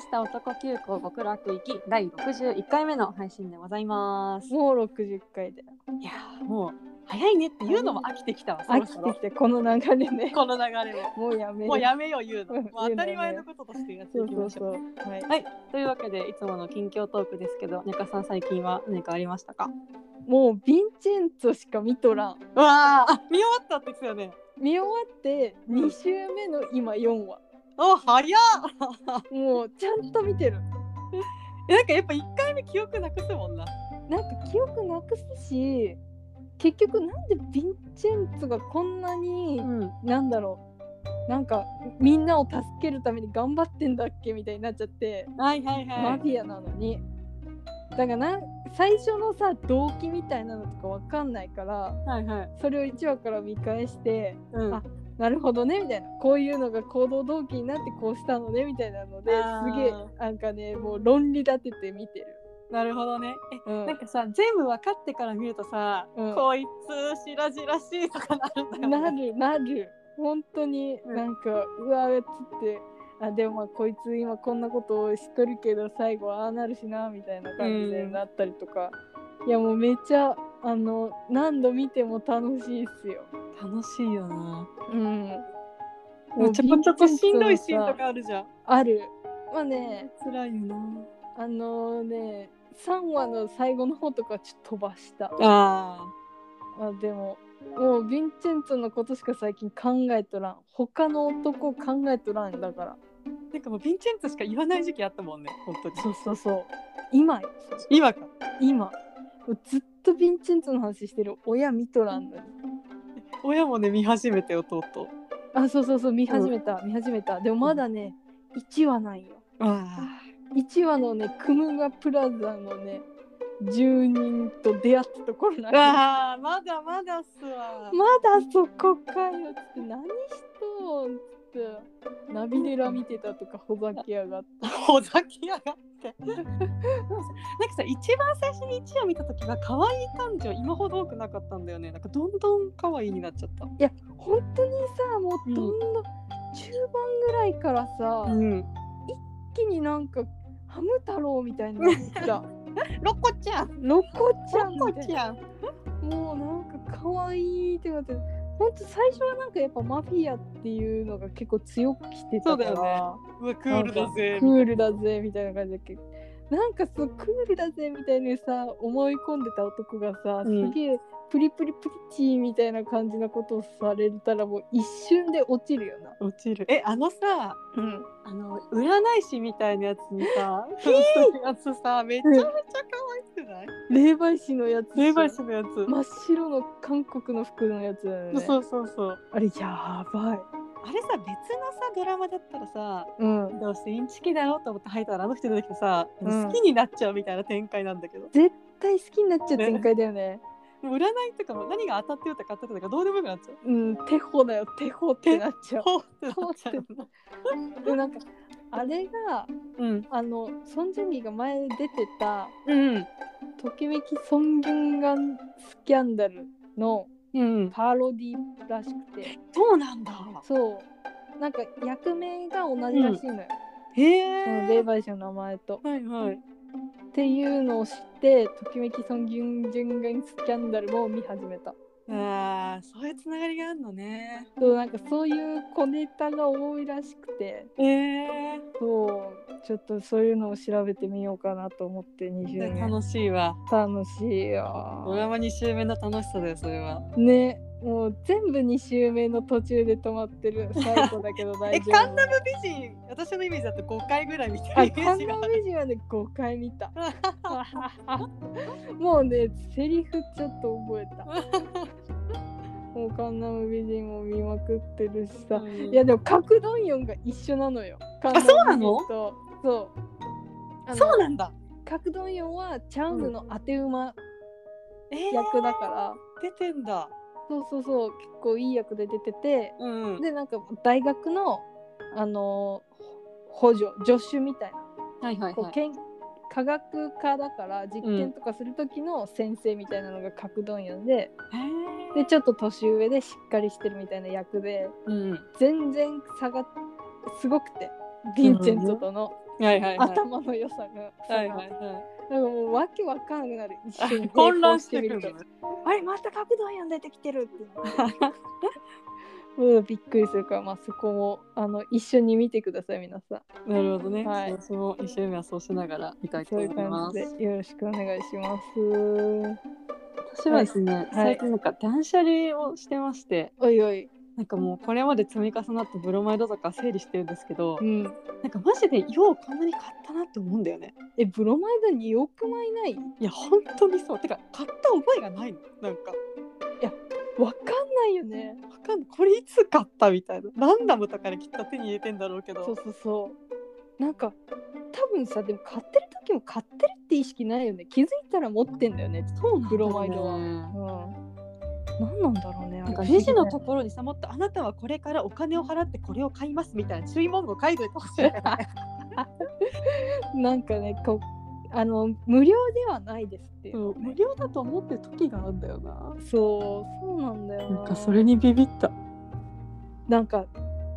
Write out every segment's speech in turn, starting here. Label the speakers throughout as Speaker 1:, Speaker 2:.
Speaker 1: した男急行極楽行き第61回目の配信でございます。
Speaker 2: もう60回で
Speaker 1: いやーもう早いねって言うのも飽きてきたわ、そ
Speaker 2: 飽
Speaker 1: ろ
Speaker 2: き
Speaker 1: そ
Speaker 2: て
Speaker 1: ろ
Speaker 2: きてこの流れね
Speaker 1: この流れを。
Speaker 2: もうやめる
Speaker 1: もうやめよう言うの。
Speaker 2: うん
Speaker 1: もう当たり前のこととしてやって
Speaker 2: そ
Speaker 1: いうき
Speaker 2: そ
Speaker 1: ま
Speaker 2: う
Speaker 1: し
Speaker 2: そ
Speaker 1: ょう。
Speaker 2: うはい
Speaker 1: はい、というわけでいつもの近況トークですけど、ねかさん最近は何かありましたか
Speaker 2: もうヴィンチェンツォしか見とらん
Speaker 1: わあ、見終わったって言ってたよね。
Speaker 2: 見終わって
Speaker 1: うん
Speaker 2: 2週目の今4話
Speaker 1: お、早っ
Speaker 2: もうちゃんと見てる
Speaker 1: えなんかやっぱ1回目記憶なくすもんな。
Speaker 2: なんか記憶なくすし結局なんでヴィンチェンツォがこんなに
Speaker 1: ん。
Speaker 2: なんだろうなんかみんなを助けるために頑張ってんだっけみたいになっちゃって
Speaker 1: はいはいはい。
Speaker 2: マフィアなのにだからなん最初のさ動機みたいなのとかわかんないから
Speaker 1: はいはい。
Speaker 2: それを1話から見返して
Speaker 1: うん。
Speaker 2: あなるほどねみたいなこういうのが行動動機になってこうしたのねみたいなので
Speaker 1: あー
Speaker 2: すげえなんかねもう論理立てて見てる。
Speaker 1: なるほどね。
Speaker 2: う
Speaker 1: え
Speaker 2: ん
Speaker 1: なんかさ全部分かってから見るとさ、
Speaker 2: うん
Speaker 1: こいつしらじらしいとかなるんだよね。
Speaker 2: なるなる本当に
Speaker 1: うん
Speaker 2: なんか、うわーっつってあでもまあこいつ今こんなことをしとるけど最後ああなるしなみたいな感じで
Speaker 1: うん
Speaker 2: なったりとか、いやもうめちゃあの何度見ても楽しいっすよ。
Speaker 1: 楽しいよな。
Speaker 2: うん、
Speaker 1: もうちょこちょこしんどいシーンと
Speaker 2: もうヴィンチェンツォのさ
Speaker 1: かあるじゃん。
Speaker 2: あるまあね
Speaker 1: 辛いよな。
Speaker 2: あのね3話の最後の方とかちょっと飛ばした
Speaker 1: あ
Speaker 2: あでももうヴィンチェンツォのことしか最近考えとらん他の男考えとらんだから
Speaker 1: あ。なんかもうヴィンチェンツォしか言わない時期あったもんね。本当に。
Speaker 2: そうそうそう。今よ
Speaker 1: 今か。
Speaker 2: 今。もうずっとヴィンチェンツォの話してる親見とらんのに。
Speaker 1: 親もね見始めて弟。
Speaker 2: あ、そうそうそう、見始めた、見始めた。でもまだね、1話なんよ。
Speaker 1: あ
Speaker 2: 1話のね、クムガプラザのね、住人と出会ったところな
Speaker 1: あ。
Speaker 2: んよ
Speaker 1: ああまだまだっすわ。
Speaker 2: まだそこかよっつって、何しとんっつって。ナビデラ見てたとかほざきやがって。
Speaker 1: ほざきやがって。なんかさ一番最初に一話見た時は可愛い感情今ほど多くなかったんだよね。なんかどんどん可愛いになっちゃった。
Speaker 2: いや、本当にさ、も
Speaker 1: う
Speaker 2: うんどんどん、中盤ぐらいからさ、
Speaker 1: ん。
Speaker 2: 一気になんかハム太郎みたいにな った。
Speaker 1: ロコちゃん。
Speaker 2: ロコちゃん
Speaker 1: ロコ
Speaker 2: みたい
Speaker 1: ちゃん。
Speaker 2: なもうなんか可愛いってなってほんと最初はなんかやっぱマフィアっていうのが結構強くきてたから
Speaker 1: そうだうわクールだぜ
Speaker 2: ク。ールだぜみたいな感じだっけどなんかそうクールだぜみたいにさ思い込んでた男がさ、
Speaker 1: うん
Speaker 2: すげえプリプリプリチーみたいな感じのことをされたらもう一瞬で落ちるよな。
Speaker 1: 落ちる。えあのさ
Speaker 2: うん、
Speaker 1: あの占い師みたいなやつに さやつさめちゃめちゃ可愛くない？
Speaker 2: 霊媒師のやつ
Speaker 1: 霊媒師のやつ。
Speaker 2: 真っ白の韓国の服のやつだよね。
Speaker 1: そうそうそう。
Speaker 2: あれやばい。
Speaker 1: あれさ別のさドラマだったらさ
Speaker 2: うん。
Speaker 1: どうしてインチキだよと思って入ったらあの人出てきてさ、
Speaker 2: うん
Speaker 1: 好きになっちゃうみたいな展開なんだけど
Speaker 2: 絶対好きになっちゃう展開だよね。
Speaker 1: でも占いとかも何が当たってるとか当たってるとかどうでもよくなっちゃう。
Speaker 2: うん、テホだよ、テホってなっちゃ
Speaker 1: ほうってなっちゃうの
Speaker 2: う。でもなんか、あれが、
Speaker 1: うん
Speaker 2: あの、ソン・ジュンギが前出てた、
Speaker 1: うん
Speaker 2: ときめきソン・ギュンガンスキャンダルの
Speaker 1: うん
Speaker 2: パロディらしくて、
Speaker 1: そうなんだ
Speaker 2: そう、なんか役名が同じらしいのよ、
Speaker 1: へ
Speaker 2: その
Speaker 1: え
Speaker 2: 霊媒師の名前と。
Speaker 1: はいはい
Speaker 2: っていうのを知って、ときめきソン・ギュン・ジュンガンスキャンダルも見始めた。
Speaker 1: あーそういうつながりがあるのね。
Speaker 2: そう、なんかそういう小ネタが多いらしくて。
Speaker 1: ええ
Speaker 2: そうちょっとそういうのを調べてみようかなと思って20年
Speaker 1: 楽しいわ。
Speaker 2: 楽しい
Speaker 1: ド
Speaker 2: よ
Speaker 1: ラマ2週目の楽しさだよ、それは。
Speaker 2: ねもう全部2周目の途中で止まってる最後だけど大
Speaker 1: え、
Speaker 2: 丈夫
Speaker 1: カンナム美人、私のイメージだと5回ぐらい見てる
Speaker 2: あ
Speaker 1: イメ
Speaker 2: カ
Speaker 1: ー
Speaker 2: ン
Speaker 1: ジ
Speaker 2: ナ
Speaker 1: があ
Speaker 2: ム
Speaker 1: る。
Speaker 2: 美人はね5回見た もうねセリフちょっと覚えた もうカンナム美人も見まくってるしさ、いやでも角ドンヨンが一緒なのよカンナム
Speaker 1: そうなの
Speaker 2: 美人とそうあの
Speaker 1: そうなんだ。
Speaker 2: 角ドンヨンはチャングの当て馬
Speaker 1: えー、
Speaker 2: 役だから、
Speaker 1: 出てんだ。
Speaker 2: そうそうそう結構いい役で出てて、
Speaker 1: うん。
Speaker 2: でなんか大学のあのー補助助手みたいな、
Speaker 1: はいはい
Speaker 2: こう。研科学科だから実験とかする時の先生みたいなのが角どんやんで、でちょっと年上でしっかりしてるみたいな役で
Speaker 1: うん。
Speaker 2: 全然差がすごくてヴィンチェンツォとの、
Speaker 1: はいはいはい。
Speaker 2: 頭の良さが。
Speaker 1: はいはいは
Speaker 2: なんかもうわけわかんなくなる。一 瞬
Speaker 1: い。混乱して
Speaker 2: み
Speaker 1: くる。
Speaker 2: あれまた角度やん出てきてるって。うん、びっくりするから、まあ、そこもあの一緒に見てください皆さん。
Speaker 1: なるほどね。
Speaker 2: はい
Speaker 1: 私も一周目はそうしながら見たいと
Speaker 2: そうい
Speaker 1: 思
Speaker 2: う
Speaker 1: いま
Speaker 2: 感
Speaker 1: す。
Speaker 2: じでよろしくお願いします。
Speaker 1: 私はですね、
Speaker 2: はい
Speaker 1: 最近なんか断捨離をしてまして、
Speaker 2: おいおい。
Speaker 1: なんかもうこれまで積み重なったブロマイドとか整理してるんですけど
Speaker 2: う、ん。
Speaker 1: なんかマジでようこんなに買ったなって思うんだよね。
Speaker 2: えブロマイド2億枚ない？い
Speaker 1: いや本当にそう。てか買った覚えがないの。なんか
Speaker 2: わかんないよね。
Speaker 1: わかんない。これいつ買ったみたいな。ランダムとかできっと手に入れてんだろうけ
Speaker 2: そう
Speaker 1: ど。
Speaker 2: そうそう。なんか多分さでも買ってる時も買ってるって意識ないよね。気づいたら持ってんだよね。そうブロマイドは。
Speaker 1: は。
Speaker 2: うん。何なんだろうね。
Speaker 1: なんか
Speaker 2: あれ
Speaker 1: レジのところにさもっとあなたはこれからお金を払ってこれを買いますみたいな注意文言書いといてほしいよね。
Speaker 2: なんかねこうあの無料ではないですっていう
Speaker 1: そ
Speaker 2: の
Speaker 1: う
Speaker 2: ね、
Speaker 1: 無料だと思ってる時があるんだよな。
Speaker 2: そうそうなんだよな
Speaker 1: なんかそれにビビった。
Speaker 2: なんか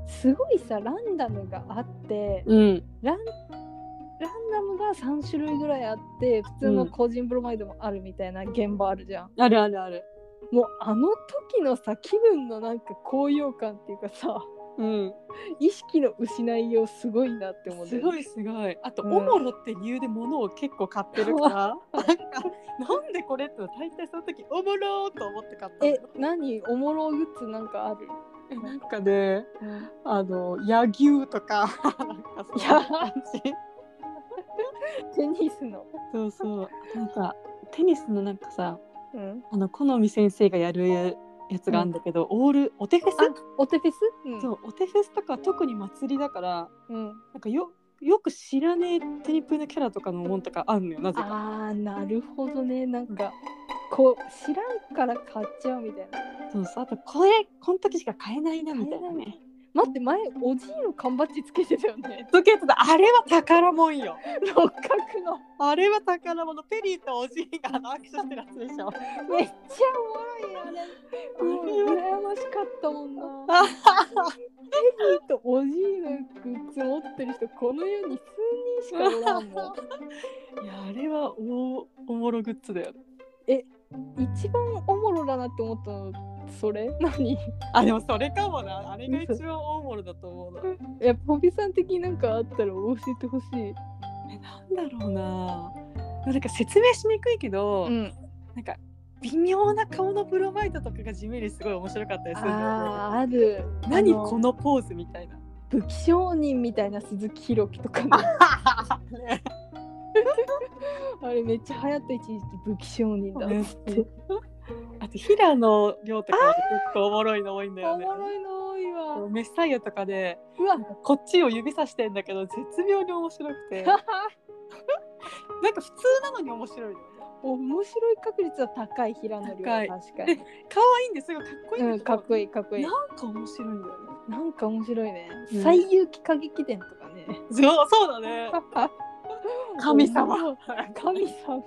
Speaker 2: すごいさランダムがあって
Speaker 1: うん。
Speaker 2: ランランダムが3種類ぐらいあって普通の個人ブロマイドもあるみたいな現場あるじゃん、
Speaker 1: あるあるある。
Speaker 2: もうあの時のさ気分のなんか高揚感っていうかさ
Speaker 1: うん。
Speaker 2: 意識の失いようすごいなって思う
Speaker 1: すご
Speaker 2: い
Speaker 1: いすごい。あと、
Speaker 2: うん
Speaker 1: おもろって理由で物を結構買ってるから、 なんか、なんでこれってのは大体その時、おもろーと思って買った
Speaker 2: え
Speaker 1: の。
Speaker 2: 何おもろグッズなんかある、
Speaker 1: え、なんかね、あの、野牛と か、なんかそういう感じ。
Speaker 2: テニスの、
Speaker 1: そうそう。なんか、テニスのなんかさ、
Speaker 2: うん、
Speaker 1: あの、好み先生がやるやつがあるんだけど、オール、お手フェス
Speaker 2: あお手フェス、うん
Speaker 1: そう、お手フェスとかは特に祭りだから、
Speaker 2: うん、
Speaker 1: なんかよ、よく知らねえテニプーのキャラとかのもんとかあんのよ、なぜか。
Speaker 2: あーなるほどねなんかこう知らんから買っちゃうみたいな
Speaker 1: そうそう、あと、これ、この時しか買えないな、みたいな
Speaker 2: 買えない
Speaker 1: ね。
Speaker 2: 待って前おじいの缶バッジつけてたよね
Speaker 1: ロケットだあれは宝物よ
Speaker 2: 六角の
Speaker 1: あれは宝物ペリーとおじいがあの握手してるやつでしょ
Speaker 2: めっちゃおもろいよねうん羨ましかったもんなちょっとおじいのグッズ持ってる人この世に数人しかおらんもん
Speaker 1: いやあれはおおもろグッズだよ
Speaker 2: 一番おもろだなって思ったのそれ 何
Speaker 1: あでもそれかもなあれが一番おもろだと思うな
Speaker 2: やっぱホビさん的になんかあったら教えてほしい
Speaker 1: えなんだろうななんか説明しにくいけど、
Speaker 2: ん
Speaker 1: なんか微妙な顔のプロマイドとかが地味にすごい面白かったりするんだよ
Speaker 2: あーある
Speaker 1: ね何
Speaker 2: あの
Speaker 1: このポーズみたいな
Speaker 2: 武器商人みたいな鈴木ひろきとかね
Speaker 1: ね
Speaker 2: あれめっちゃ流行った一時期武器商人だっつって
Speaker 1: あと平野亮とかは結構おもろいの多いんだよ
Speaker 2: お
Speaker 1: ね
Speaker 2: もろいの多いわ
Speaker 1: メッサイアとかで
Speaker 2: うわ
Speaker 1: こっちを指さしてんだけど絶妙に面白くてなんか普通なのに面白いのよ
Speaker 2: 面白い確率は高い平野
Speaker 1: 高
Speaker 2: 亮
Speaker 1: い
Speaker 2: 確かに
Speaker 1: 可愛いんですよかっこいい
Speaker 2: うん
Speaker 1: だ
Speaker 2: ん
Speaker 1: けど
Speaker 2: かっこいいかっこいい
Speaker 1: なんか面白いんだよね
Speaker 2: なんか面白いね
Speaker 1: うん
Speaker 2: 最有機歌劇伝とかね
Speaker 1: そうそうだね 神様
Speaker 2: 神様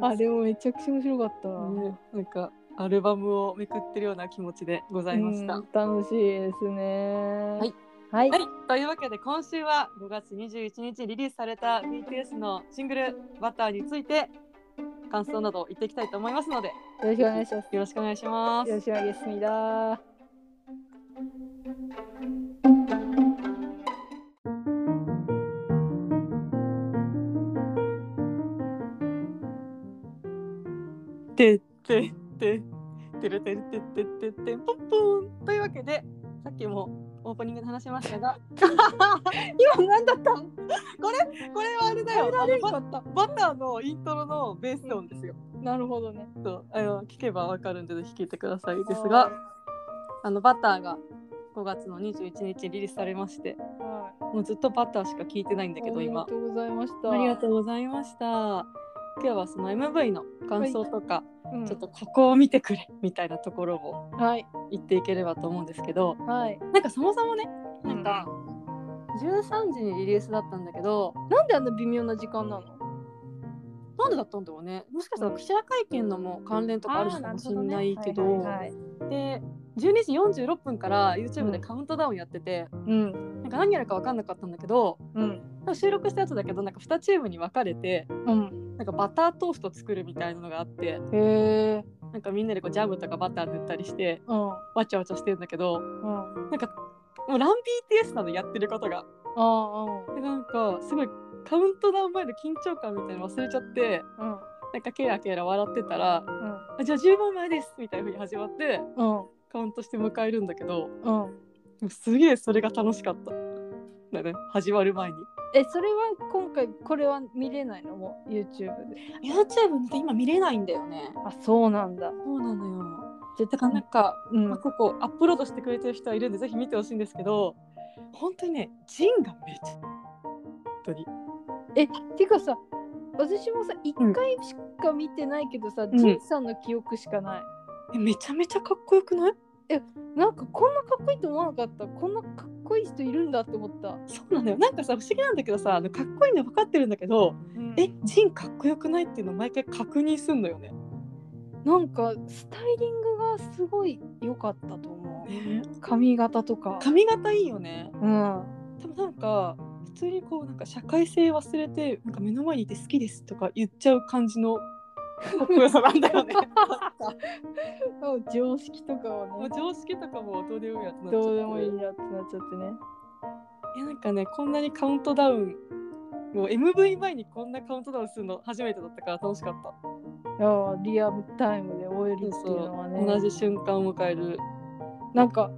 Speaker 2: あれもめちゃくちゃ面白かったわ
Speaker 1: ねなんかアルバムをめくってるような気持ちでございました、
Speaker 2: うん楽しいですね
Speaker 1: はい
Speaker 2: はい
Speaker 1: はい、というわけで今週は5月21日リリースされた BTS のシングル「バター」について感想などを言っていきたいと思いますので
Speaker 2: よろしくお願いします
Speaker 1: よろしくお願いします。
Speaker 2: よろしくお願いします
Speaker 1: てってっててれてれてってってってポンポンというわけでさっきもオープニングで話しました が
Speaker 2: 今何だったの
Speaker 1: これはあれだよあのバ
Speaker 2: った
Speaker 1: バターのイントロのベース音ですよ。
Speaker 2: なるほどね
Speaker 1: そうあの聞けばわかるんでぜひ聞いてくださいですがあのバターが5月の21日リリースされまして
Speaker 2: は
Speaker 1: もうずっとバターしか聞いてないん
Speaker 2: い
Speaker 1: だけど今
Speaker 2: あ。りがとうございました
Speaker 1: ありがとうございました。今日はその MV の感想とか、
Speaker 2: うん
Speaker 1: ちょっとここを見てくれみたいなところを
Speaker 2: はい
Speaker 1: 言っていければと思うんですけど
Speaker 2: はい
Speaker 1: なんかそもそもね
Speaker 2: うん
Speaker 1: なんか13時にリリースだったんだけど
Speaker 2: なんであんな微妙な時間なの
Speaker 1: なんでだったんだろうねもしかしたら記者会見のも関連とかあるのかもしれないけど
Speaker 2: はいはいはいはい
Speaker 1: で12時46分から YouTube でカウントダウンやってて、
Speaker 2: うん
Speaker 1: なんか何やるか分かんなかったんだけど
Speaker 2: うん
Speaker 1: 収録したやつだけどなんか2チームに分かれて
Speaker 2: うん
Speaker 1: なんかバタートースト作るみたいなのがあって
Speaker 2: へえ
Speaker 1: なんかみんなでこうジャムとかバター塗ったりして
Speaker 2: うんうん
Speaker 1: わちゃわちゃしてんだけども
Speaker 2: あ
Speaker 1: うラン BTS なのやってることが。
Speaker 2: あ
Speaker 1: でなんかすごいカウントダウン前の緊張感みたいなの忘れちゃって
Speaker 2: うん
Speaker 1: なんかケラケラ笑ってたら
Speaker 2: う
Speaker 1: 「あじゃあ10番前です」みたいな風に始まって
Speaker 2: んうん
Speaker 1: カウントして迎えるんだけど
Speaker 2: うん
Speaker 1: すげえそれが楽しかった。だね始まる前に。
Speaker 2: えそれは今回これは見れないのもう YouTube で
Speaker 1: YouTube って今見れないんだよね。
Speaker 2: あそうなんだ
Speaker 1: そうなのよ。
Speaker 2: 絶
Speaker 1: だからなんか、
Speaker 2: うん
Speaker 1: まあ、ここアップロードしてくれてる人はいるんでぜひ見てほしいんですけど本当にねジンがめっちゃ本当に
Speaker 2: えてかさ私もさ1回しか見てないけどさ、
Speaker 1: ん
Speaker 2: ジンさんの記憶しかない、
Speaker 1: えめちゃめちゃかっこよくない
Speaker 2: なんかこんなかっこいいと思わなかったこんなかっこいい人いるんだって思った、
Speaker 1: そうなのよなんかさ不思議なんだけどさあのかっこいいの分かってるんだけどえジンかっこよくないっていうのを毎回確認すんのよね。
Speaker 2: なんかスタイリングがすごい良かったと思う
Speaker 1: ね
Speaker 2: 髪型とか
Speaker 1: 髪型いいよね。
Speaker 2: うん
Speaker 1: 多分なんか普通にこうなんか社会性忘れてなんか目の前にいて好きですとか言っちゃう感じのかっこよさなんだよ ね。
Speaker 2: 常識とかは
Speaker 1: もう
Speaker 2: ね
Speaker 1: 常識とかもどうでもいいやつになっちゃって
Speaker 2: どうでもいいやってなっちゃってね
Speaker 1: いやなんかねこんなにカウントダウンもう MV 前にこんなカウントダウンするの初めてだったから楽しかった。
Speaker 2: いやーリアルタイムで終えるっていうのはね
Speaker 1: 同じ瞬間を迎える。
Speaker 2: なんか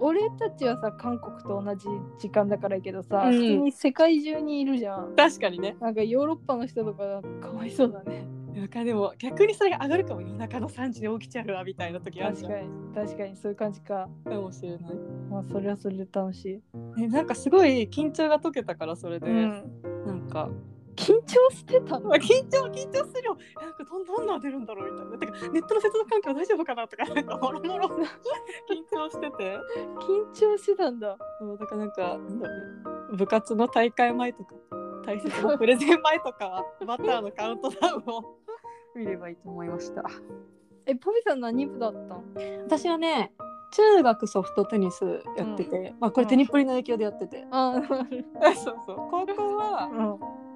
Speaker 2: 俺たちはさ韓国と同じ時間だからいいけどさ、
Speaker 1: うん
Speaker 2: 普通に世界中にいるじゃん
Speaker 1: 確かにね。
Speaker 2: なんかヨーロッパの人とかかわいそうだね
Speaker 1: なんかでも逆にそれが上がるかも夜中の3時に起きちゃうわみたいな時ある
Speaker 2: 確
Speaker 1: じ
Speaker 2: か
Speaker 1: ゃん
Speaker 2: に確かにそういう感じか
Speaker 1: かもしれない。
Speaker 2: まあそれはそれで楽しい、
Speaker 1: ね、なんかすごい緊張が解けたからそれで、
Speaker 2: うん
Speaker 1: なんか
Speaker 2: 緊張して
Speaker 1: ま
Speaker 2: たの
Speaker 1: あ緊張緊張するよなんかどんどんな出るんだろうみたいなてかネットの接続環境大丈夫かなとかなんかもろもろ 緊張してて
Speaker 2: 緊張してたんだ
Speaker 1: そうだからなんかなんだろうね部活の大会前とか大切なプレゼン前と かはバターのカウントダウンを見ればいいと思いました
Speaker 2: えポビさん何部だったの
Speaker 1: 私はね中学ソフトテニスやってて、まあこれ
Speaker 2: うん
Speaker 1: テニプリの影響でやってて、
Speaker 2: あ
Speaker 1: そうそう高校は
Speaker 2: う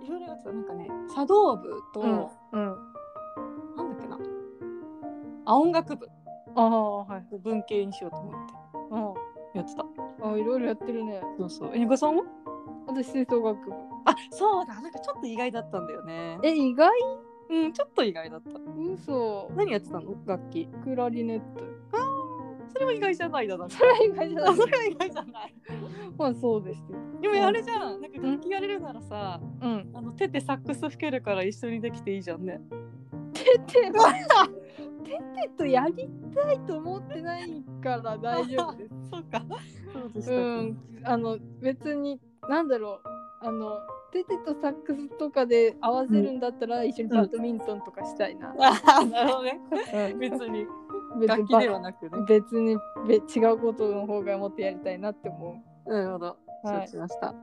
Speaker 2: ん
Speaker 1: いろいろやってたなんかね茶道部と、
Speaker 2: うんうん
Speaker 1: なんだっけなあ音楽部
Speaker 2: ああはい
Speaker 1: 文系にしようと思って
Speaker 2: う
Speaker 1: やってた
Speaker 2: んあいろいろやってるね
Speaker 1: そうそうえゆかさんも
Speaker 2: 私吹奏楽部
Speaker 1: あそうだなんかちょっと意外だったんだよね
Speaker 2: え意外
Speaker 1: うんちょっと意外だった
Speaker 2: 嘘
Speaker 1: 何やってたの楽器
Speaker 2: クラリネット
Speaker 1: それは意外じゃないだな
Speaker 2: それは意外じゃない
Speaker 1: あ それは意外じゃない
Speaker 2: まあそうですよ
Speaker 1: でもあれじゃんなんか楽器やれるならさ
Speaker 2: うん
Speaker 1: あの手でサックス吹けるから一緒にできていいじゃんね
Speaker 2: テテのテテとやりたいと思ってないから大丈夫で
Speaker 1: そうかそうでし
Speaker 2: す。
Speaker 1: た
Speaker 2: う
Speaker 1: うん
Speaker 2: ん、あの別になんだろうあのテテとサックスとかで合わせるんだったら一緒にバドミントンとかしたいな。
Speaker 1: あー なるほどね
Speaker 2: うん
Speaker 1: 別に
Speaker 2: 別
Speaker 1: 楽
Speaker 2: に
Speaker 1: 器ではなくね
Speaker 2: 別に別違うことの方がもっとやりたいなって思
Speaker 1: なるほど
Speaker 2: う。は
Speaker 1: 承
Speaker 2: い
Speaker 1: 知。しました、ちょ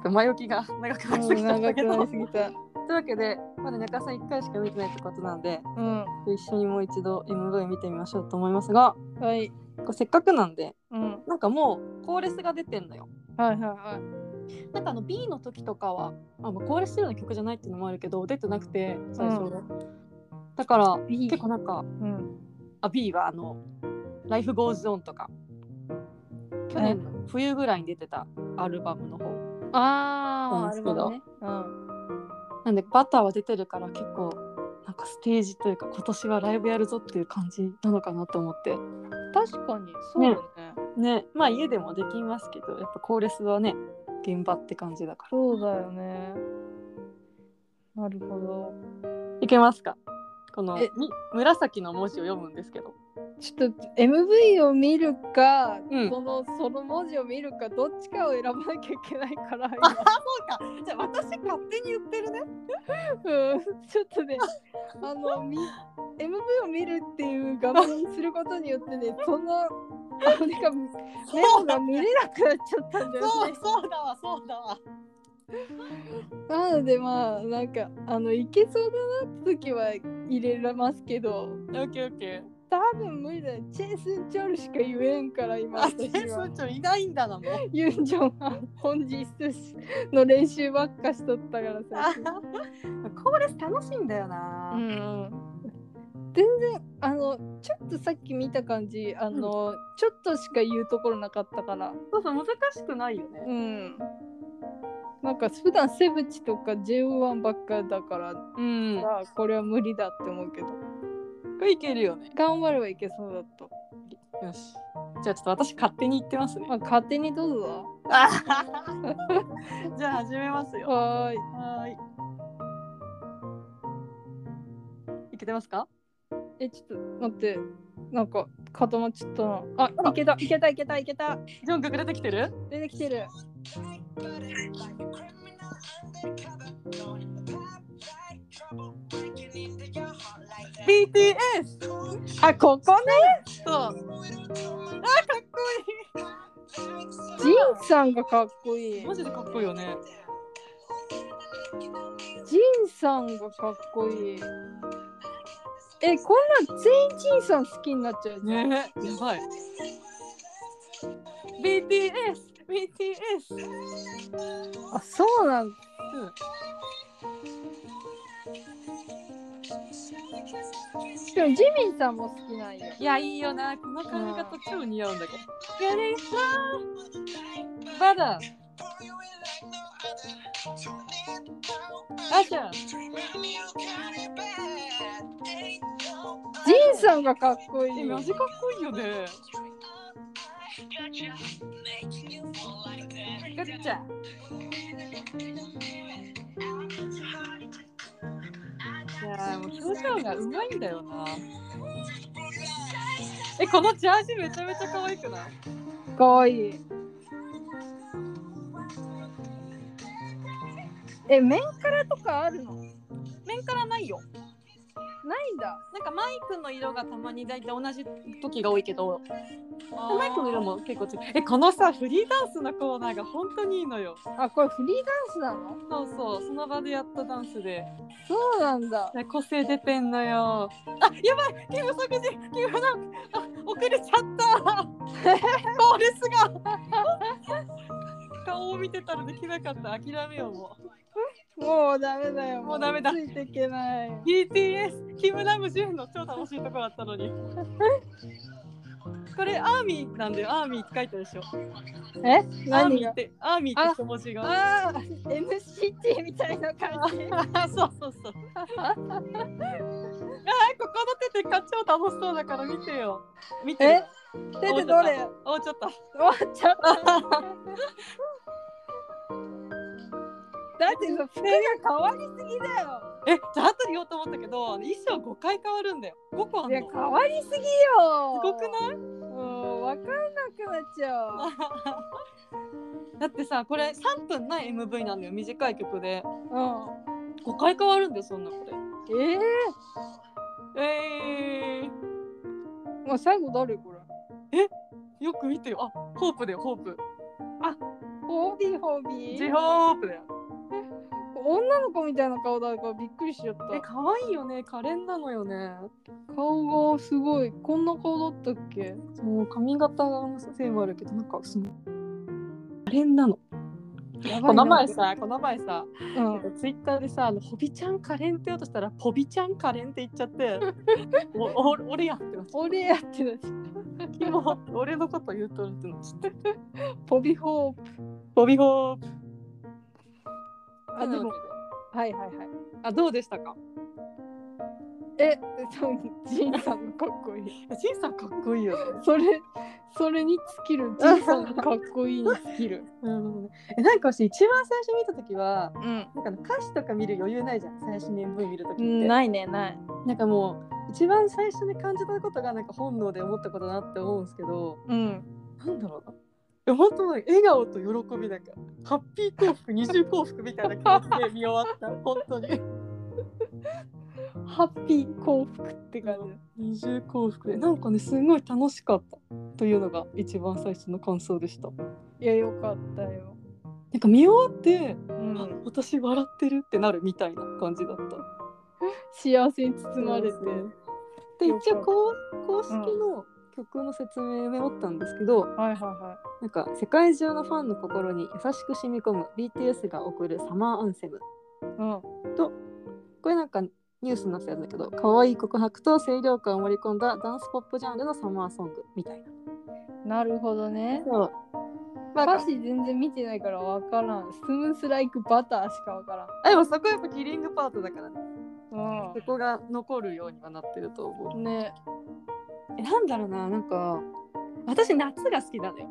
Speaker 1: っと前置きが長くなりす
Speaker 2: う
Speaker 1: ぎ
Speaker 2: ん
Speaker 1: ちゃった
Speaker 2: 長
Speaker 1: け
Speaker 2: く
Speaker 1: ど
Speaker 2: なりすぎた。
Speaker 1: というわけでまだ中さん1回しか見てないってことなんで
Speaker 2: うん。
Speaker 1: 一緒にもう一度 MV 見てみましょうと思いますが
Speaker 2: はい。
Speaker 1: これせっかくなんで
Speaker 2: うん。
Speaker 1: なんかもうコーレスが出てんのよ
Speaker 2: はいはいはい。
Speaker 1: なんかあの B の時とかは、まあ、まあコーレスしてるような曲じゃないっていうのもあるけど出てなくて最初、
Speaker 2: うん
Speaker 1: だから
Speaker 2: B
Speaker 1: 結構なんか
Speaker 2: うん。
Speaker 1: あ B はあの「Life Goes On」とか去年の冬ぐらいに出てたアルバムの方
Speaker 2: ああ、
Speaker 1: そうなんで
Speaker 2: ね。うん。
Speaker 1: なんでバターは出てるから結構なんかステージというか今年はライブやるぞっていう感じなのかなと思って
Speaker 2: 確かにそうだね。
Speaker 1: ねまあ家でもできますけどやっぱコーレスはね現場って感じだか
Speaker 2: そうだよね。なるほど。
Speaker 1: らいけますかこの
Speaker 2: え
Speaker 1: み紫の文字を読むんですけど
Speaker 2: ちょっと MV を見るか、
Speaker 1: うん
Speaker 2: そのその文字を見るかどっちかを選ばなきゃいけないから
Speaker 1: あそうかじゃあ私勝手に言って るね
Speaker 2: 今うんちょっとねあのみ MV を見るっていう画面にすることによってねそのあのなんかメモが見れなくなっちゃったんだよね。
Speaker 1: そうだわそうだわ
Speaker 2: なのでまあなんかあのいけそうだなって時は入れられますけど
Speaker 1: オッケーオッケー
Speaker 2: 多分無理だよ。チェンスンチョルしか言えんから今
Speaker 1: あ、
Speaker 2: 私
Speaker 1: チェン
Speaker 2: は。
Speaker 1: 村長いないんだな、もう。
Speaker 2: ユンジョンは本日の練習ばっかしとったからさ。
Speaker 1: コーレス楽しいんだよな。
Speaker 2: 全然あのちょっとさっき見た感じあの、ちょっとしか言うところなかったから
Speaker 1: そうそう、難しくないよね。
Speaker 2: うんなんか普段セブチとか JO1 ばっかだからさ、
Speaker 1: うんこ
Speaker 2: これは無理だって思うけど
Speaker 1: れいけるよね。
Speaker 2: 頑張ればいけそうだった、
Speaker 1: よし。じゃあちょっと私勝手に言ってますね。
Speaker 2: まあ、勝手にどうぞ
Speaker 1: じゃあ始めますよ。
Speaker 2: はーい
Speaker 1: はーい。いけてますか
Speaker 2: えちょっと待ってなんか固まっちゃったなあ
Speaker 1: あら
Speaker 2: いけたいけたいけたいけた
Speaker 1: ジョン隠れてきてる
Speaker 2: 出てきてる
Speaker 3: ビ
Speaker 1: ?BTS!
Speaker 2: あここね
Speaker 1: そう。あ、かっこ
Speaker 2: ジンさんがかっこい
Speaker 1: い
Speaker 2: い
Speaker 1: いマジでかっこいいよね。
Speaker 2: ジンさんがかっこいい。え、こんなん全員ジンさん好きになっちゃうじゃん。
Speaker 1: ねえ、やばい。BTS! BTS!
Speaker 2: あ、そうなんだ。
Speaker 1: うん
Speaker 2: でもジミンさんも好きなんよ。
Speaker 1: いや、いいよな。この髪型超似合うんだけど。やりさまだアシャ
Speaker 2: ジンさんがかっこい
Speaker 1: え、
Speaker 2: いよ
Speaker 1: マ。ジかっこいいよね。ガッチャいやーもう表情がうまいんだよな。え、このジャージめちゃめちゃ可愛くない
Speaker 2: かわいい。え、メンカラとかあるのない
Speaker 1: 面からないよ。
Speaker 2: んだ。
Speaker 1: なんかマイクの色がたまに大体同じ時が多いけど、マイクの色も結構違う。え、このさ、フリーダンスのコーナーが本当にいいのよ。
Speaker 2: あ、これフリーダンスなの
Speaker 1: そうそう、その場でやったダンスで。
Speaker 2: そうなんだ。
Speaker 1: ね個性出てんのよ。あ、やばい、キム即時、キムなんあ、遅れちゃった。コーレスが。 顔を見てたらできなかった、諦めようも
Speaker 2: もうダメだよ。
Speaker 1: もうダメだ
Speaker 2: ついていけない。
Speaker 1: う。BTS、キムナムジュンの超楽しいとこだったのに。これアーミーなんだよ、アーミーって書いてあるでしょ。
Speaker 2: え
Speaker 1: アー
Speaker 2: 何
Speaker 1: ミ
Speaker 2: が
Speaker 1: ーって、アーミーって一文字が。
Speaker 2: ああ、MCT みたいな感じ。
Speaker 1: そうそうそう。あー、ここの手で課長楽しそうだから見てよ。見て
Speaker 2: え
Speaker 1: よ。
Speaker 2: 手でどれ
Speaker 1: お、ちょっと。
Speaker 2: 終わっちゃった。だってさ、服が変わりすぎだよ。
Speaker 1: え、じゃあ後で言おうと思ったけど、あの衣装5回変わるんだよ。5個あんの。
Speaker 2: いや、
Speaker 1: す
Speaker 2: 変わりすぎよ。
Speaker 1: ごくない
Speaker 2: うん、わかんなくなっちゃ
Speaker 1: だってさ、これ3分ない MV なんだよ。短い曲で。
Speaker 2: う。
Speaker 1: 5回変わるんだよ、そんなこと。
Speaker 2: うん。ええ
Speaker 1: えー
Speaker 2: もう最後誰これ。
Speaker 1: よく見てよ。あ、ホープだよ、ホープ。
Speaker 2: ホービーホービ
Speaker 1: ジ
Speaker 2: ー。
Speaker 1: ホープだよ。
Speaker 2: 女の子みたいな顔だからびっくりしちゃっ
Speaker 1: え、
Speaker 2: た。
Speaker 1: 可愛いよね。可憐なのよね。
Speaker 2: 顔がすごい。こんな顔だったっけ
Speaker 1: そう、髪型のせいもあるけど、なんかその、可憐なの。
Speaker 2: やば
Speaker 1: こ
Speaker 2: いな
Speaker 1: の前さ、この前さ、
Speaker 2: うん。
Speaker 1: ツイッターでさ、あのホビちゃん可憐って言おうとしたら、ポビちゃん可憐って言っちゃ って、おお俺やってなっちゃった
Speaker 2: 俺やってない。
Speaker 1: でも俺のこと言うとるっての知ってる
Speaker 2: ポビホープ。
Speaker 1: ボビホープ
Speaker 2: あ、でも、はいはいはい。
Speaker 1: あどうでしたか
Speaker 2: え、そうジンさんがかっこいい。
Speaker 1: ジンさんかっこいいよね、
Speaker 2: それそれに尽きるじいさんのかっこいいに尽きる
Speaker 1: うん、えなんか私一番最初見た時は
Speaker 2: うん、
Speaker 1: なんかの歌詞とか見る余裕ないじゃん最初に MV 見る時って、
Speaker 2: ないねない
Speaker 1: なんかもう一番最初に感じたことがなんか本能で思ったことだなって思うんですけど
Speaker 2: うん
Speaker 1: なんだろうなえ本当なんか笑顔と喜びなんかハッピー幸福二重幸福みたいな感じで見終わ った本当に
Speaker 2: ハッピー幸福って感
Speaker 1: 二重幸福でなんかねすごい楽しかったというのが一番最初の感想でしたな
Speaker 2: じいやよかったよ
Speaker 1: んか見終わって、
Speaker 2: う
Speaker 1: あ
Speaker 2: ん
Speaker 1: 私笑ってるってなるみたいな感じだった
Speaker 2: 幸せに包まれて
Speaker 1: そうですねで
Speaker 2: 了解
Speaker 1: 一応こう公式の曲の説明をメモったんですけど、
Speaker 2: はいはいは
Speaker 1: なんか世界中のファンの心に優しく染み込む BTS が送るサマーアンセム
Speaker 2: い。うん。
Speaker 1: これなんかニュースになってたんだけど可愛い告白と清涼感を盛り込んだダンスポップジャンルのサマーソングみたいな。
Speaker 2: なるほどね。
Speaker 1: そうなん
Speaker 2: 歌
Speaker 1: か
Speaker 2: 詞全然見てないからわからん。スムースライクバターしかわからん。
Speaker 1: あでもそこやっぱキリングパートだから、ね、そ
Speaker 2: うん
Speaker 1: こが残るようにはなってると思う。
Speaker 2: ね。
Speaker 1: えなんだろうななんか私夏が好きなのよ。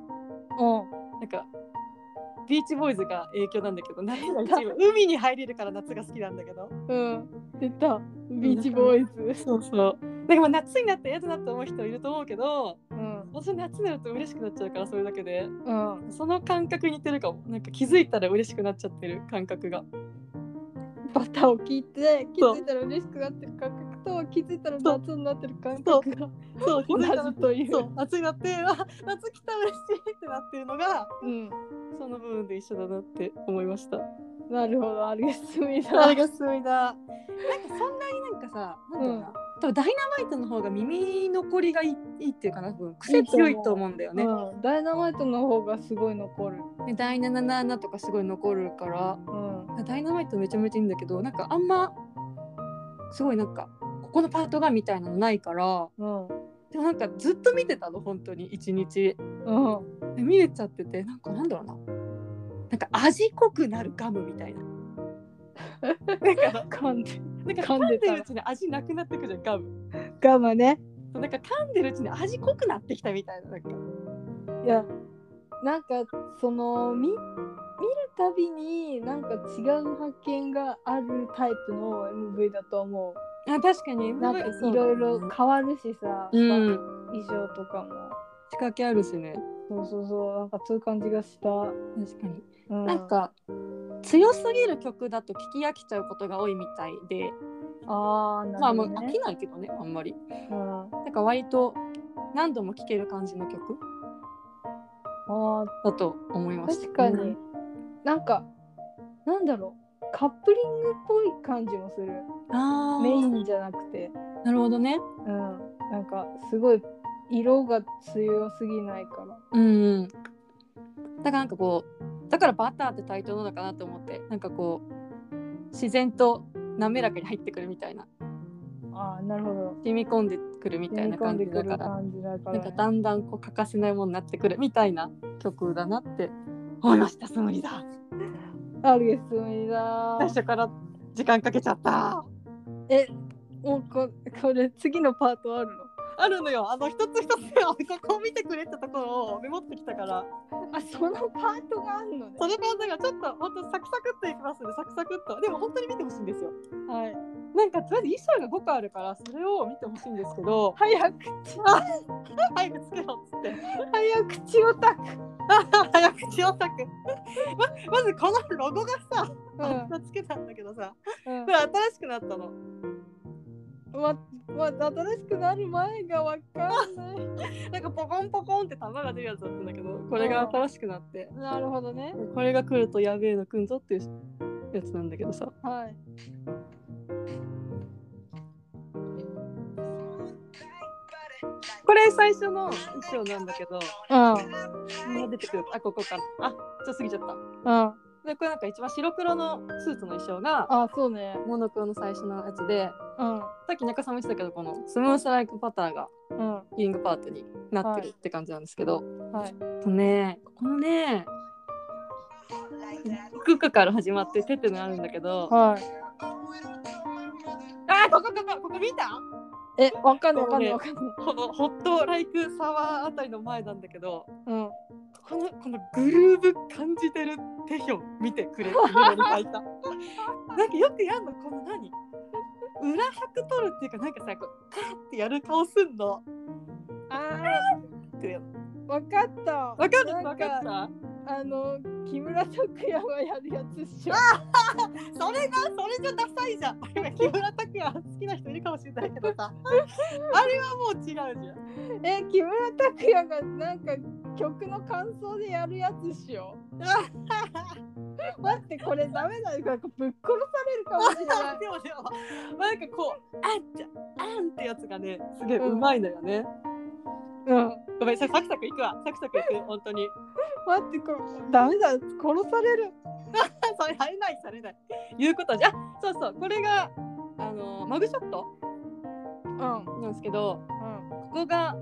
Speaker 2: う
Speaker 1: なんかビーチボーイズが影響なんだけど夏 が一番海に入れるから夏が好きなんだけど
Speaker 2: ん。うん。出た。ビーチボーイズ。
Speaker 1: そうそうなんかまあ夏になって嫌だなって思う人いると思うけど
Speaker 2: うん。
Speaker 1: 私夏になると嬉しくなっちゃうからそれだけで
Speaker 2: うん。
Speaker 1: その感覚に似てるかもなんか気づいたら嬉しくなっちゃってる感覚が
Speaker 2: バターを聞いて、気
Speaker 1: そう
Speaker 2: づいたら嬉しくなってる感覚と、気づいたら
Speaker 1: そう
Speaker 2: 夏になってる感 覚が
Speaker 1: そう
Speaker 2: 同
Speaker 1: 気づいたら
Speaker 2: じという。
Speaker 1: そう夏になってあ夏来た嬉しいってなってるのが
Speaker 2: うん。
Speaker 1: その部分で一緒だなって思いました
Speaker 2: なるほど、ありがとうございます。
Speaker 1: あれがすごいな。なんかそんなになんかさ、なんだろうな。多分ダイナマイトの方が耳残りがいいいいっていうかな、多分癖強いと思うんだよね。
Speaker 2: うん、ダイナマイトの方がすごい残る。
Speaker 1: でダイナナナナとかすごい残るから、
Speaker 2: うん。
Speaker 1: ダイナマイトめちゃめちゃいいんだけど、なんかあんますごいなんかここのパートがみたいなのないから、
Speaker 2: うん。
Speaker 1: でもなんかずっと見てたの本当に一日
Speaker 2: うん。
Speaker 1: で見れちゃってて、なんかなんだろうな。なんか味濃くなるガムみたい な。なんか
Speaker 2: 噛んで。
Speaker 1: なんか
Speaker 2: 噛
Speaker 1: 噛
Speaker 2: ん
Speaker 1: ん
Speaker 2: でた
Speaker 1: で
Speaker 2: ら
Speaker 1: るうちに味なくなってくじゃんガム。
Speaker 2: ガマね。
Speaker 1: そうなんか噛んでるうちに味濃くなってきたみたいななんか
Speaker 2: いや、なんかその見見るたびになんか違う発見があるタイプの MV だと思
Speaker 1: あ確かに
Speaker 2: う。なんかいろいろ変わるしさ、
Speaker 1: うん
Speaker 2: 衣装とかも。
Speaker 1: 仕掛けあるしね
Speaker 2: そうそうそう、なんかそういう感じがした。う
Speaker 1: 確かに、
Speaker 2: ん、
Speaker 1: なん、か強すぎる曲だと聞き飽きちゃうことが多いみたいで、
Speaker 2: ああ、
Speaker 1: ま
Speaker 2: な
Speaker 1: あ
Speaker 2: る
Speaker 1: も
Speaker 2: ほ
Speaker 1: う
Speaker 2: ど、
Speaker 1: 飽
Speaker 2: ね。
Speaker 1: きないけどねあんまり
Speaker 2: うんあ
Speaker 1: なんか割と何度も聴ける感じの曲
Speaker 2: あー、
Speaker 1: だと思いました
Speaker 2: 確かに、
Speaker 1: うん
Speaker 2: なんかなんだろうカップリングっぽい感じもする
Speaker 1: あ
Speaker 2: メ
Speaker 1: メ
Speaker 2: イ
Speaker 1: イン
Speaker 2: ンじゃなくて
Speaker 1: なるほどね
Speaker 2: うんなんかすごい色が強すぎないから
Speaker 1: うんうんだからなんかこうだからバターってタイトルなのかなと思ってなんかこう自然と滑らかに入ってくるみたいな
Speaker 2: ああなるほど
Speaker 1: 染み込んでくるみたいな
Speaker 2: 込ん
Speaker 1: 感
Speaker 2: で
Speaker 1: じ
Speaker 2: く
Speaker 1: だ
Speaker 2: る
Speaker 1: から
Speaker 2: 感じだか
Speaker 1: な
Speaker 2: ら、
Speaker 1: んか
Speaker 2: ね、
Speaker 1: だんだんこう欠かせないものになってくるみたいな曲だなって思いましたつもりだ
Speaker 2: ありがとうございま
Speaker 1: 最
Speaker 2: す
Speaker 1: 初から時間かけちゃった
Speaker 2: えもうここれ次のパートあるの
Speaker 1: あるのよあの一つ一つよここを見てくれってところをメモってきたから
Speaker 2: あそのパートがあるのね
Speaker 1: その感じがちょっと本当サクサクっといきますねサクサクっとでも本当に見てほしいんですよ
Speaker 2: はい
Speaker 1: なんかとりあえず衣装が5個あるからそれを見てほしいんですけど
Speaker 2: 早口
Speaker 1: 早くつけろっつって
Speaker 2: 早口オタク
Speaker 1: 早く千代作ままずこのロゴがさ、
Speaker 2: うん
Speaker 1: つけたんだけどさ
Speaker 2: うん
Speaker 1: これ新しくなったの
Speaker 2: ま、ま、新しくなる前がわかんない。
Speaker 1: なんかポコンポコンって玉が出るやつだったんだけどこれが新しくなって
Speaker 2: なるほどね。
Speaker 1: これが来るとやべえのくんぞっていうやつなんだけどさ
Speaker 2: はい。
Speaker 1: これ最初の衣装なんだけどみんな
Speaker 3: う
Speaker 1: 出てくるあここかなあちょっと過ぎちゃった
Speaker 2: うん。
Speaker 1: でこれなんか一番白黒のスーツの衣装が
Speaker 2: あ、そうね。
Speaker 1: モノクロの最初のやつで
Speaker 2: うん。
Speaker 1: さっき中さんも言ってたけどこのスムースライクパターが
Speaker 2: うん。
Speaker 1: キリングパートになってるって感じなんですけど、
Speaker 2: はい。
Speaker 1: とねここのねククから始まってテテのあるんだけ ど
Speaker 2: はい。
Speaker 1: あここここここ見た
Speaker 2: え、わかんないわかんないわかんない。
Speaker 1: このホットライクサワーあたりの前なんだけど
Speaker 2: うん。
Speaker 1: このこのグルーブ感じてるテヒョン見てくれっていうのに書いたなんかよくやんのこの何裏拍取るっていうかなんかさこうカーってやる顔すんの
Speaker 2: あ
Speaker 1: ってやる
Speaker 2: ー、わかった。
Speaker 1: わかる
Speaker 2: な
Speaker 1: わ
Speaker 2: ん
Speaker 1: かっ
Speaker 2: か、
Speaker 1: た
Speaker 2: あの、木村拓哉がやるやつっしょ。
Speaker 1: それがそれじゃダサいじゃん今木村拓哉好きな人いるかもしれないけどさあれはもう違うじゃん
Speaker 2: え、木村拓哉がなんか、曲の感想でやるやつしよう。待って、これダメだよ。なんかぶっ殺されるかもしれない。
Speaker 1: でもでも、まあ、なんかこう、あんちゃん、あんってやつがね、すげえうまいのよね。
Speaker 2: うん。
Speaker 1: ごめん、さサクサクいくわ、サクサクいく、本当に。
Speaker 2: 待って、これダメだ。殺される。
Speaker 1: それ、されない、されない。いうことじゃ、あそうそう、これが、あの、マグショット
Speaker 2: うん。うん。
Speaker 1: なんですけど、ここが、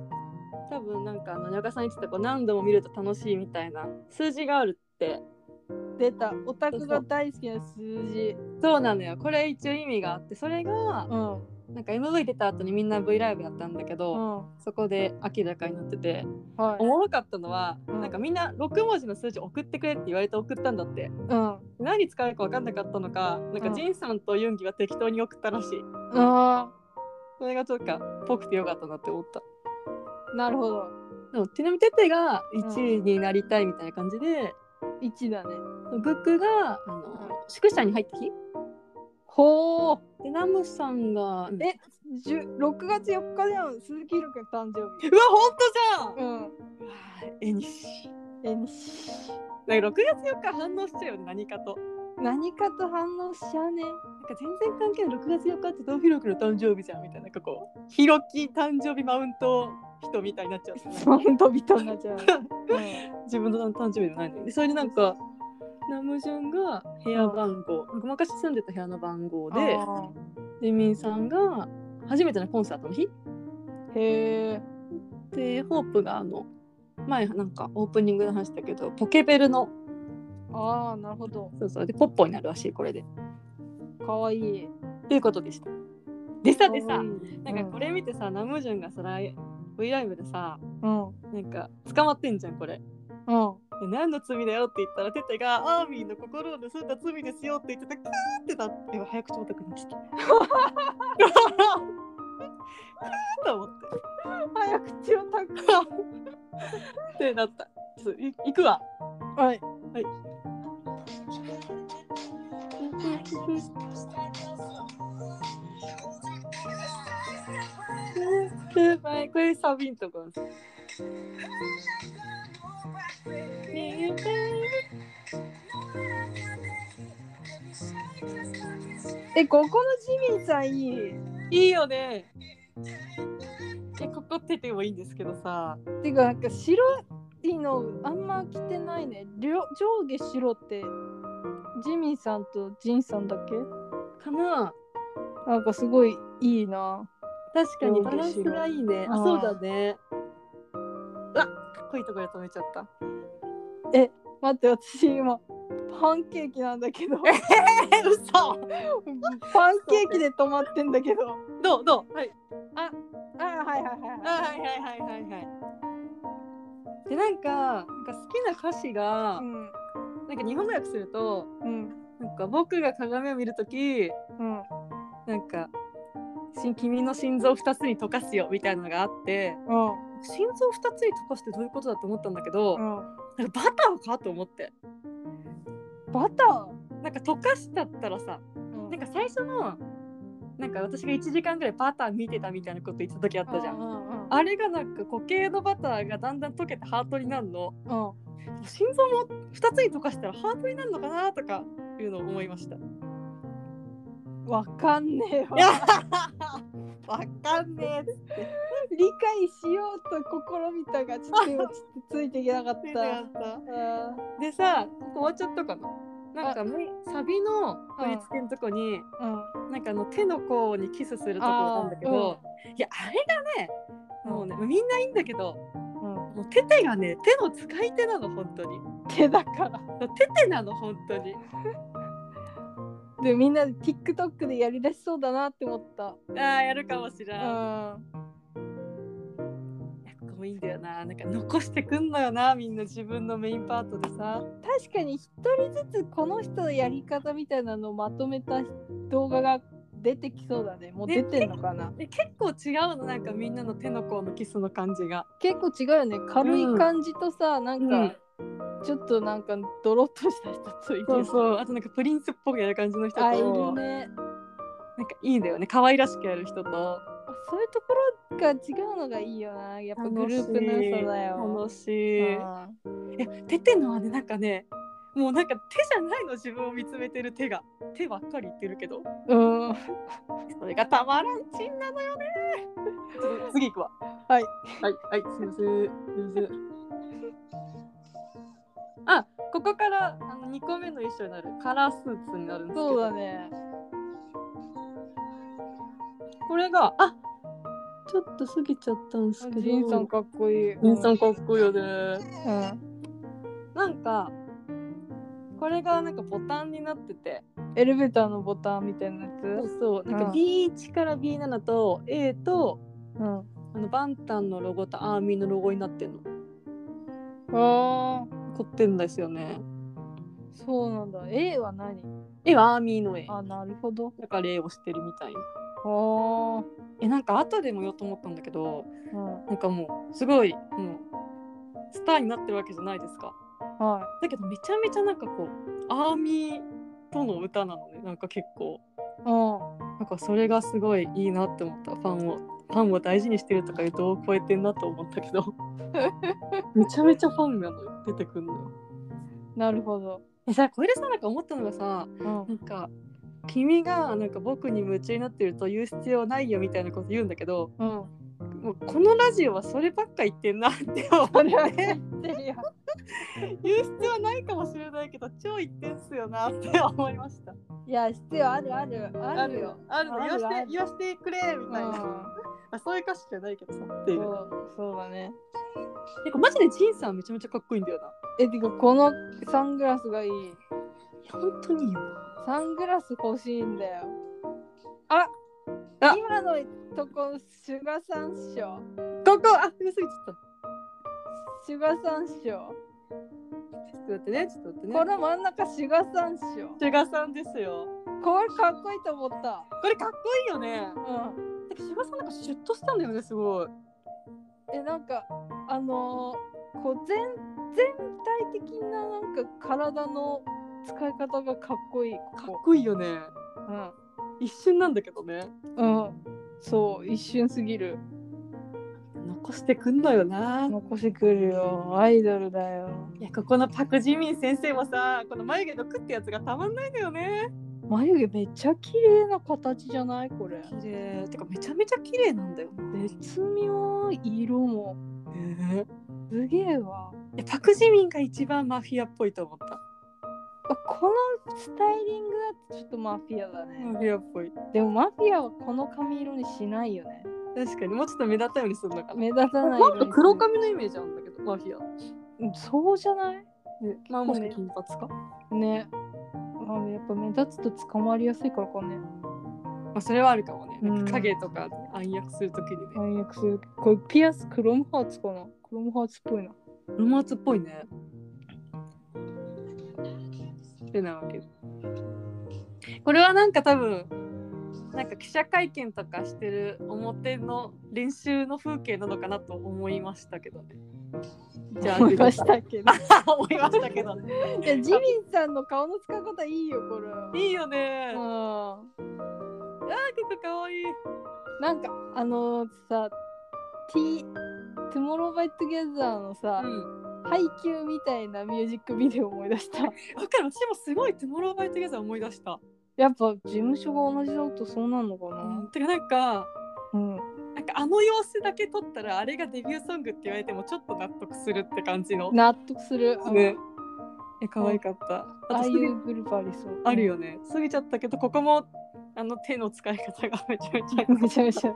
Speaker 1: 多分なんか、あの、中さん言ってた、こう、何度も見ると楽しいみたいな、数字があるって。
Speaker 2: 出た。オタクが大好きな数字。
Speaker 1: そうなのよ、これ一応意味があって、それが、
Speaker 2: うん。
Speaker 1: なんか MV 出た後にみんな V ライブやったんだけ
Speaker 2: う
Speaker 1: ど、
Speaker 2: ん。
Speaker 1: そこで明らかになってて、
Speaker 2: はい
Speaker 1: お。もろかったのは、
Speaker 2: うん
Speaker 1: なんかみんな6文字の数字送ってくれって言われて送ったんだって
Speaker 2: うん。
Speaker 1: 何使うか分かんなかったのかなんか
Speaker 2: うん
Speaker 1: ジンさんとユンギは適当に送ったらしい
Speaker 2: あ
Speaker 1: それがちょっとかぽくてよかったなって思った
Speaker 2: あ。なるほど。
Speaker 1: でもちなみにテテが1位になりたいみたいな感じで、
Speaker 2: 一だね。
Speaker 1: グックがあの、宿舎に入った日
Speaker 2: ほう。
Speaker 1: でナムさんが
Speaker 2: え十六月四日じゃん。鈴木ひろくん誕生日。
Speaker 1: うわほんとじゃん
Speaker 2: うん。
Speaker 1: うわえにし
Speaker 2: えにし。
Speaker 1: なんか6月4日反応しちゃうよね何かと
Speaker 2: 何かと反応しちゃうね。
Speaker 1: なんか全然関係ない6月4日ってドンフィロクの誕生日じゃんみたいななんかこうひろき誕生日マウント人みたいになっちゃって
Speaker 2: マウントビトになっちゃう。 うん
Speaker 1: 自分の誕生日じゃないのにでそれでなんかナムジョンが部屋番号なんか昔住んでた部屋の番号で
Speaker 2: あ
Speaker 1: レミンさんが初めてのコンサートの日
Speaker 2: ーへえ。
Speaker 1: でホープがあの前なんかオープニングの話だけどポケベルの
Speaker 2: ああ、なるほど。
Speaker 1: そうそうでポッポになるらしいこれで
Speaker 2: 可愛いい。
Speaker 1: っていうことでしたでさで
Speaker 2: 可
Speaker 1: さ
Speaker 2: 愛い
Speaker 1: なんかこれ見てさ、ナムジョンがさライ V ライブでさ
Speaker 2: うん。うん。
Speaker 1: なんか捕まってんじゃんこれ
Speaker 2: うん。
Speaker 1: で何の罪だよって言ったらテテがアーミーの心を盗んだ罪ですよって言ってたクーってなってうわ早口オタクになっちゃった クーと思っ
Speaker 2: 早口をたく。
Speaker 1: てってなったちょっとい行くわ
Speaker 2: はい。
Speaker 1: で前これサビんとこです
Speaker 2: え、ここのジミンさんいい。
Speaker 1: いいよねでここテテもいいんですけどさ
Speaker 2: てか、なんか白いのあんま着てないね。両上下白って。ジミンさんとジンさんだけ。
Speaker 1: かな
Speaker 2: なんかすごいいいな。
Speaker 1: 確かにバランスがいいね。あ、
Speaker 2: あー
Speaker 1: そうだね。うわ、かっこいいところで止めちゃった。
Speaker 2: 待って、私今。パンケーキなん だけど。
Speaker 1: え、嘘。
Speaker 2: パンケーキで止まってんだけど。
Speaker 1: どう、どう。はい。
Speaker 2: あ、はいはいはい
Speaker 1: あ
Speaker 2: は
Speaker 1: はいはいはいはいはい。で、なんか、なんか好きな歌詞が
Speaker 2: い。う、ん。
Speaker 1: なんか日本語訳すると、
Speaker 2: うん。
Speaker 1: なんか僕が鏡を見るとき、
Speaker 2: うん。
Speaker 1: なんか。し君の心臓を2つに溶かすよみたいなのがあって
Speaker 2: うん。
Speaker 1: 心臓を2つに溶かすってどういうことだと思ったんだけど、
Speaker 2: うん。
Speaker 1: なんかバターかと思って
Speaker 2: バター。
Speaker 1: なんか溶かしたったらさ
Speaker 2: うん
Speaker 1: なんか最初のなんか私が1時間ぐらいバター見てたみたいなこと言ってた時あったじゃん。
Speaker 2: ん
Speaker 1: あれがなんか固形のバターがだんだん溶けてハートになるの
Speaker 2: うん。
Speaker 1: 心臓も2つに溶かしたらハートになるのかなとかいうのを思いました
Speaker 2: わかんねえわ。
Speaker 1: わかんねえ
Speaker 2: 理解しようと試みたが、ちょっと今ちょっとついていけなかった。あ
Speaker 1: でさここ終わっちゃったかななんかもうサビの振り付けのとこに
Speaker 2: ーうん。
Speaker 1: なんかあの手の甲にキスするとこなんだけど、いやあれがねもうねみんないいんだけど
Speaker 2: うん。
Speaker 1: もうテテがね手の使い手なの本当に
Speaker 2: 手だから。
Speaker 1: テテなの本当に
Speaker 2: で、みんなで TikTok でやりだしそうだなって思った。
Speaker 1: ああやるかもしれない
Speaker 2: うん。
Speaker 1: ここもいいんだよななんか残してくんのよなみんな自分のメインパートでさ
Speaker 2: 確かに一人ずつこの人のやり方みたいなのをまとめた動画が出てきそうだね。もう出てんのかな。
Speaker 1: で結構違うのなんかみんなの手の甲のキスの感じが
Speaker 2: 結構違うよね。軽い感じとさ、なんか、
Speaker 1: うん
Speaker 2: ちょっとなんかドロッとした人といる。
Speaker 1: そうそうあとなんかプリンスっぽくやる感じの人と
Speaker 2: あ、いるね。
Speaker 1: なんかいいんだよね可愛らしくやる人と
Speaker 2: あそういうところか違うのがいいよなやっぱグループの良さだよ
Speaker 1: 楽しい。いやテテのはねなんかねもうなんか手じゃないの自分を見つめてる手が手ばっかり言ってるけど
Speaker 2: うん、うん、
Speaker 1: それがたまらんちんなのよね次行くわ
Speaker 2: はい
Speaker 1: はいはいすいませんすいませんあここからあの2個目の衣装になるカラースーツになるんですけど
Speaker 2: そうだね
Speaker 1: これがあちょっと過ぎちゃったんですけど
Speaker 2: ジンさんかっこいい
Speaker 1: ジンさんかっこいいよね
Speaker 2: うん
Speaker 1: なんかこれがなんかボタンになってて
Speaker 2: エレベーターのボタンみたいなやつ
Speaker 1: そうそうなん
Speaker 2: う
Speaker 1: か
Speaker 2: ん
Speaker 1: B1 から B7 と A と
Speaker 2: うん
Speaker 1: あのバンタンのロゴとアーミーのロゴになってんの
Speaker 2: ああ
Speaker 1: 凝ってんですよね
Speaker 2: そうなんだ A は何
Speaker 1: A はアーミーの A
Speaker 2: あなるほど
Speaker 1: だから A をしてるみたいな
Speaker 2: ああ
Speaker 1: えなんか後でも言おうと思ったんだけど
Speaker 2: うん
Speaker 1: なんかもうすごいもうスターになってるわけじゃないですか
Speaker 2: はい
Speaker 1: だけどめちゃめちゃなんかこうアーミーとの歌なのねなんか結構
Speaker 2: う
Speaker 1: なんかそれがすごいいいなって思ったファンをファンを大事にしてるとか言うと超えてんなと思ったけ どめちゃめちゃファンが出てくるのよ
Speaker 2: んなるほど
Speaker 1: えさ小出さんなんか思ったのがさ
Speaker 2: う ん
Speaker 1: なんか君がなんか僕に夢中になってると言う必要ないよみたいなこと言うんだけど
Speaker 2: うん
Speaker 1: もうこのラジオはそればっか言ってんなって思
Speaker 2: そうれは言ってるよ
Speaker 1: 言う必要ないかもしれないけど超言ってんすよなって思いました
Speaker 2: いや必要あるあるあるよ
Speaker 1: ある言
Speaker 2: ある
Speaker 1: わ
Speaker 2: あ
Speaker 1: して
Speaker 2: る
Speaker 1: 言わしてくれみ
Speaker 2: う
Speaker 1: たいな、
Speaker 2: ん
Speaker 1: あそういう歌詞じゃないけどさって
Speaker 2: そ
Speaker 1: いう
Speaker 2: うそうだね
Speaker 1: てかマジでジンさんめちゃめちゃかっこいいんだよな
Speaker 2: えてかこのサングラスがいい
Speaker 1: いや本当にいいよ
Speaker 2: サングラス欲しいんだよ
Speaker 1: ああ
Speaker 2: 今のとこシュガさんっしょ
Speaker 1: ここあすぐ過ぎちゃった
Speaker 2: シュガさんっしょ
Speaker 1: ちょっと待ってねちょっと待ってね
Speaker 2: この真ん中シュガさんっしょ
Speaker 1: シュガさんですよ
Speaker 2: これかっこいいと思った
Speaker 1: これかっこいいよね
Speaker 2: うん
Speaker 1: てかシュガさんなんかシュッとしたんだよねすごい
Speaker 2: えなんかあのーこう全全体的ななんか体の使い方がかっこいい
Speaker 1: かっ
Speaker 2: こ
Speaker 1: こいいよね
Speaker 2: こ
Speaker 1: 一瞬なんだけどね
Speaker 2: うん、うん、そう一瞬すぎる
Speaker 1: 残してくんのよな
Speaker 2: 残してくるよアイドルだよ
Speaker 1: いやここのパク・ジミン先生もさこの眉毛のクってやつがたまんないのよね
Speaker 2: 眉毛めっちゃ綺麗な形じゃないこれ
Speaker 1: 綺麗てかめちゃめちゃ綺麗なんだよ
Speaker 2: 絶妙色も
Speaker 1: ね
Speaker 2: すげえわ
Speaker 1: いやパク・ジミンが一番マフィアっぽいと思った
Speaker 2: あこのスタイリングだとちょっとマフィアだね、
Speaker 1: マフィアっぽい
Speaker 2: でもマフィアはこの髪色にしないよね
Speaker 1: 確かにもうちょっと目立ったようにするのかな
Speaker 2: 目立たない
Speaker 1: も
Speaker 2: 色
Speaker 1: っ
Speaker 2: に
Speaker 1: と黒髪のイメージあるんだけどマフィア
Speaker 2: うんそうじゃない
Speaker 1: まあもしかして金髪か
Speaker 2: ねあやっぱ目立つと捕まりやすいからかね
Speaker 1: まあそれはあるかもね
Speaker 2: うん
Speaker 1: なんか影とか暗躍するときにね
Speaker 2: 暗躍するこれピアスクロムハーツかなクロムハーツっぽいな
Speaker 1: ロマンスっぽいねってなわけこれはなんか多分なんか記者会見とかしてる表の練習の風景なのかなと思いましたけどねじ ゃあ
Speaker 2: 思いましたけ ど
Speaker 1: 思いましたけどね
Speaker 2: いやジミンさんの顔の使い方いいよこれ
Speaker 1: いいよねあ
Speaker 2: うん
Speaker 1: ーここかわいい
Speaker 2: なんかあのー、さ「T トゥモローバイトゲザーのさ、
Speaker 1: うん
Speaker 2: 配給みたいなミュージックビデオ思い出した
Speaker 1: わかる私もすごい「トゥモローバイトゲザー」思い出した、
Speaker 2: やっぱ事務所が同じだとそうなんのか
Speaker 1: うん、
Speaker 2: な
Speaker 1: てかなんか
Speaker 2: うん、
Speaker 1: なんかあの様子だけ撮ったらあれがデビューソングって言われてもちょっと納得するって感じの
Speaker 2: 納得する、うん
Speaker 1: ねえ可愛かった
Speaker 2: ああい
Speaker 1: すぐ
Speaker 2: うグループありそう
Speaker 1: あるよね過ぎちゃったけどここもあの手の使い方がめちゃめちゃ
Speaker 2: めちゃめちゃ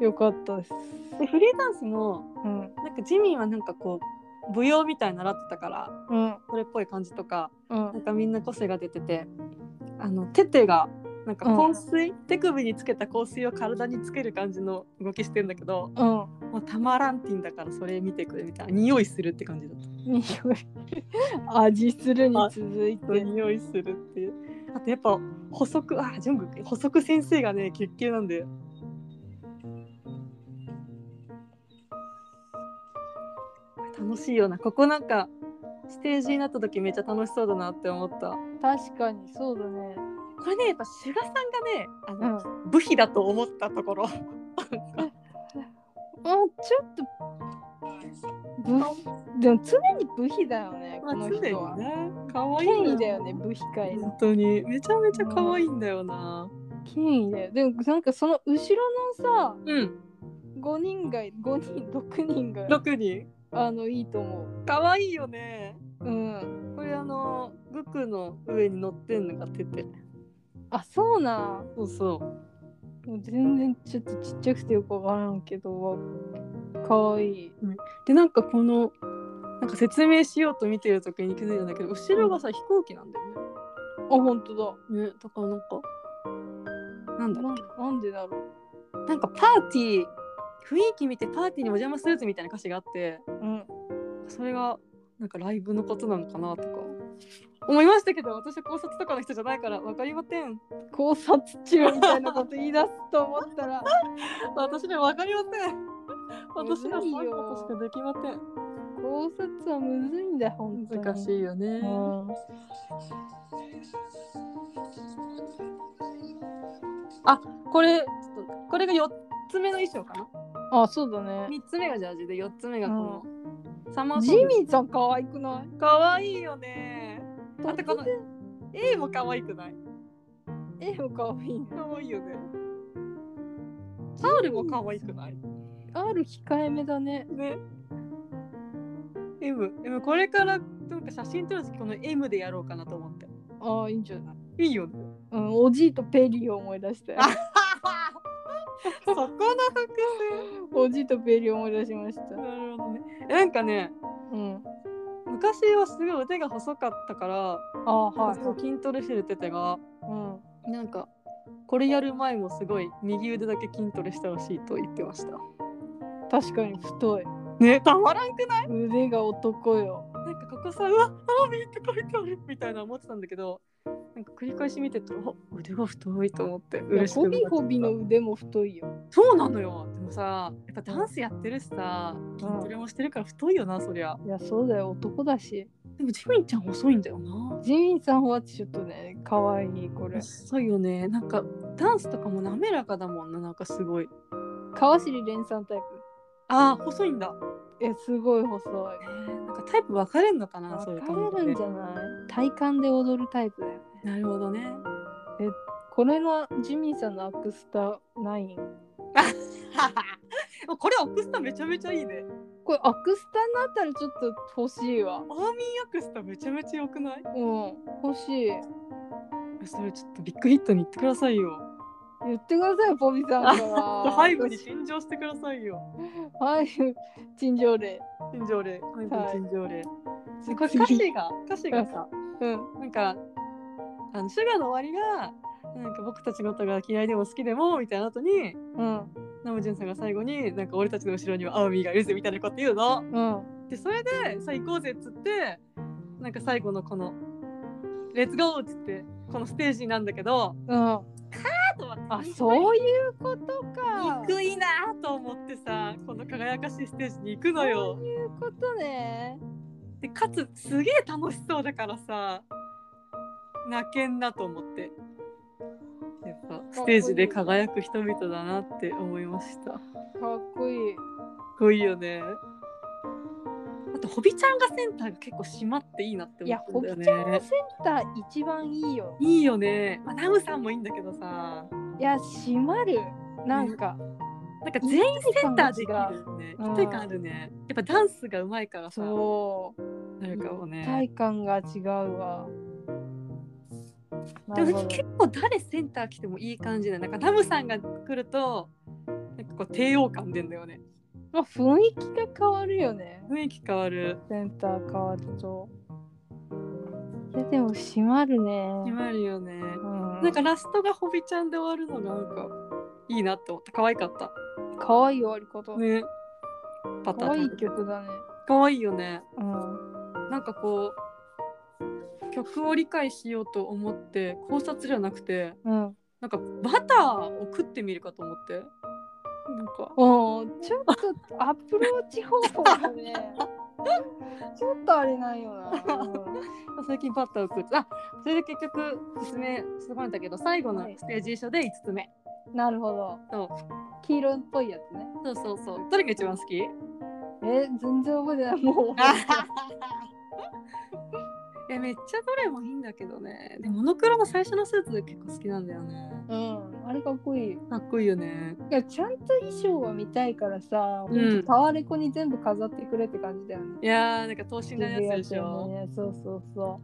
Speaker 1: で
Speaker 2: よかったです
Speaker 1: フリーダンスも
Speaker 2: うん
Speaker 1: なんかジミンはなんかこう舞踊みたいに習ってたから
Speaker 2: うん
Speaker 1: それっぽい感じとか
Speaker 2: う
Speaker 1: なん
Speaker 2: ん
Speaker 1: かみんな個性が出ててあのテテがなんか香水、手首につけた香水を体につける感じの動きしてんだけど
Speaker 2: うん
Speaker 1: もうたまらんティンだからそれ見てくれみたいな匂いするって感じだった。
Speaker 2: 匂い味するに続いて
Speaker 1: 匂いするっていうあとやっぱ補足あジョング補足先生がね血球なんで楽しいよなここなんかステージになった時めっちゃ楽しそうだなって思った
Speaker 2: 確かにそうだね
Speaker 1: これねやっぱシュガさんがねあ
Speaker 2: う
Speaker 1: の、
Speaker 2: ん
Speaker 1: 部費だと思ったところ
Speaker 2: ちょっとぶでも常に部費だよね
Speaker 1: まあ
Speaker 2: この
Speaker 1: 常にね
Speaker 2: 人は、
Speaker 1: 可愛い
Speaker 2: 権威
Speaker 1: ん
Speaker 2: だよね部費界の
Speaker 1: 本当にめちゃめちゃ可愛いんだよな。
Speaker 2: 権威だよでもなんかその後ろのさ
Speaker 1: うん、
Speaker 2: 5人が5人6人が
Speaker 1: 六人。
Speaker 2: あのいいと思
Speaker 1: 可愛いよね。
Speaker 2: ううん
Speaker 1: これあのグクの上に乗ってんのがテテ。
Speaker 2: あそうなん
Speaker 1: そうそう。
Speaker 2: もう全然ちょっとちっちゃくてよくわからんけどかわいい
Speaker 1: でなんかこのなんか説明しようと見てる時に気づいたんだけど後ろがさ飛行機なんだよ
Speaker 2: あ本当だ
Speaker 1: ね。ねだからなんかなんだろ
Speaker 2: ななんでだろ
Speaker 1: うなんかパーティー雰囲気見てパーティーにお邪魔するぜみたいな歌詞があって
Speaker 2: う、うん、
Speaker 1: それがなんかライブのことなのかなとか思いましたけど私は考察とかの人じゃないから分かりません。
Speaker 2: 考察中みたいなこと言い出すと思ったら
Speaker 1: 私には分かりません。
Speaker 2: むず
Speaker 1: 私
Speaker 2: いよ
Speaker 1: にはそういうことしかできません。
Speaker 2: 考察はむずいんだ本当に
Speaker 1: 難し
Speaker 2: い
Speaker 1: いよね。これ、ちょっとこれが4つ目の衣装かな。
Speaker 2: あそうだね
Speaker 1: 3つ目がジャージで4つ目がこの、サマーソ
Speaker 2: ジ
Speaker 1: ング。
Speaker 2: ミーちゃん可愛くない
Speaker 1: かわいいよね。あとこの
Speaker 2: 突然
Speaker 1: A もかわいくない
Speaker 2: 絵も可愛いね
Speaker 1: かわいいよね。タオルもかわいくない
Speaker 2: R 控えめだね
Speaker 1: ね。M、M これからなんか写真撮るときこの M でやろうかなと思って。
Speaker 2: ああいいんじゃない
Speaker 1: い いよね。
Speaker 2: うん、おじいとペリーを思い出したよ。
Speaker 1: そこの伏
Speaker 2: おじいとペリーを思い出しました。
Speaker 1: 線。なるほどね。なんかね、
Speaker 2: うん。
Speaker 1: 昔はすごい腕が細かったから、
Speaker 2: ああ、はい、
Speaker 1: こう筋トレしてるテテが、
Speaker 2: うん。
Speaker 1: なんかこれやる前もすごい右腕だけ筋トレしたらしいと言ってました。
Speaker 2: 確かに太い。
Speaker 1: ね、たまらんくない
Speaker 2: 腕が男よ。
Speaker 1: なんかここさ、うわ、アーミーって書いてあるみたいな思ってたんだけど、なんか繰り返し見てると、あ腕が太いと思って嬉しく
Speaker 2: ホ
Speaker 1: なっちゃった
Speaker 2: ビホビの腕も太いよ。
Speaker 1: そうなのよ。でもさ、やっぱダンスやってるしさ、筋トレもしてるから太いよな、そりゃ。
Speaker 2: いや、そうだよ、男だし。
Speaker 1: でもジミンちゃん細いんだよな。
Speaker 2: ジミーさんはちょっとね、可愛いこれ。
Speaker 1: 細いよね。なんかダンスとかも滑らかだもんな、なんかすごい。
Speaker 2: 川尻蓮さんタイプ。
Speaker 1: ああ、細いんだ。
Speaker 2: え、すごい細い
Speaker 1: え。ーなんかタイプ分かれんのかな、そういう感
Speaker 2: 分かれるんじ
Speaker 1: ゃ
Speaker 2: ゃない体感で踊るタイプだよね。
Speaker 1: なるほどね。
Speaker 2: これがジミーさんのアクスタ9。
Speaker 1: もうこれアクスタめちゃめちゃいいね。
Speaker 2: これアクスタになったらちょっと欲しいわ。
Speaker 1: アーミーアクスタめちゃめちゃ良くない
Speaker 2: うん、欲しい。
Speaker 1: それちょっとビッグヒットに行ってくださいよ。
Speaker 2: 言ってくださいよ、ポビさんから。
Speaker 1: ハイブに陳情してくださいよ。
Speaker 2: はい、陳情令。
Speaker 1: 陳情令。ハイブに陳情令。
Speaker 2: す
Speaker 1: これ歌詞が、歌詞がさ、
Speaker 2: うん、
Speaker 1: なんか、あの、シュガーの終わりが、なんか僕たちのことが嫌いでも好きでも、みたいな後に、
Speaker 2: うん、
Speaker 1: ナムジュンさんが最後に、なんか俺たちの後ろにはアーミーがいるぜ、みたいなこと言うの。
Speaker 2: うん。
Speaker 1: で、それで、さ、行こうぜっつって、なんか最後のこの、レッツゴーっつって、このステージなんだけど、
Speaker 2: うん、あ
Speaker 1: あ
Speaker 2: そういうことか。
Speaker 1: 憎いなと思ってさこの輝かしいステージに行くのよ
Speaker 2: そういうことね。
Speaker 1: でかつすげえ楽しそうだからさ泣けんなと思ってやっぱステージで輝く人々だなって思いましたかっ
Speaker 2: かっこいい。
Speaker 1: こいいよねあとホビちゃんがセンターが結構締まっていいなって
Speaker 2: いや、
Speaker 1: 思
Speaker 2: ホ
Speaker 1: った
Speaker 2: ビ
Speaker 1: ん
Speaker 2: ち
Speaker 1: だ
Speaker 2: ゃん
Speaker 1: よね
Speaker 2: のセンター一番いいよ。
Speaker 1: いいよね、まあ、ナムさんもいいんだけどさ
Speaker 2: いや、閉まる。なんか、
Speaker 1: なんか全員センターできるよね
Speaker 2: うん
Speaker 1: 一体感あるねやっぱダンスがうまいからさ
Speaker 2: そう。
Speaker 1: 誰かをね
Speaker 2: 体感が違うわ。
Speaker 1: で
Speaker 2: なる
Speaker 1: も
Speaker 2: ほど
Speaker 1: 結構誰センター来てもいい感じでなんかナムさんが来るとなんかこう帝王感出んだよね
Speaker 2: まあ、雰囲気が変わるよね。
Speaker 1: 雰囲気変わる
Speaker 2: センター変わると。いやでも閉まるね。
Speaker 1: 決まるよね
Speaker 2: うん、
Speaker 1: なんかラストがホビちゃんで終わるのがなんかいいなって思った可愛かった
Speaker 2: 可愛い終わり方。
Speaker 1: ねパタ
Speaker 2: 可愛
Speaker 1: ー
Speaker 2: い
Speaker 1: ン
Speaker 2: 曲だね。
Speaker 1: 可愛いよね
Speaker 2: うん。
Speaker 1: なんかこう曲を理解しようと思って考察じゃなくて
Speaker 2: うん。
Speaker 1: なんかバターを食ってみるかと思ってなんか
Speaker 2: おーちょっとアプローチ方法が ね。ちょっとあれないよな。
Speaker 1: 最近バッターを食ってあそれで結局進め進まれたけど最後のステージ衣装で5つ目、
Speaker 2: なるほど
Speaker 1: そう
Speaker 2: 黄色っぽいやつね
Speaker 1: そうそうそうどれが一番好き
Speaker 2: え全然覚えてないもう
Speaker 1: えめっちゃどれもいいんだけどねでモノクロの最初のスーツ結構好きなんだよね
Speaker 2: うんあれかっこいい
Speaker 1: かっこいいよね
Speaker 2: いやちゃんと衣装は見たいからさ、
Speaker 1: うん
Speaker 2: ほんとタワレコに全部飾ってくれって感じだよね
Speaker 1: いやーなんか等身大のやつでしょ、
Speaker 2: ね、そうそうそ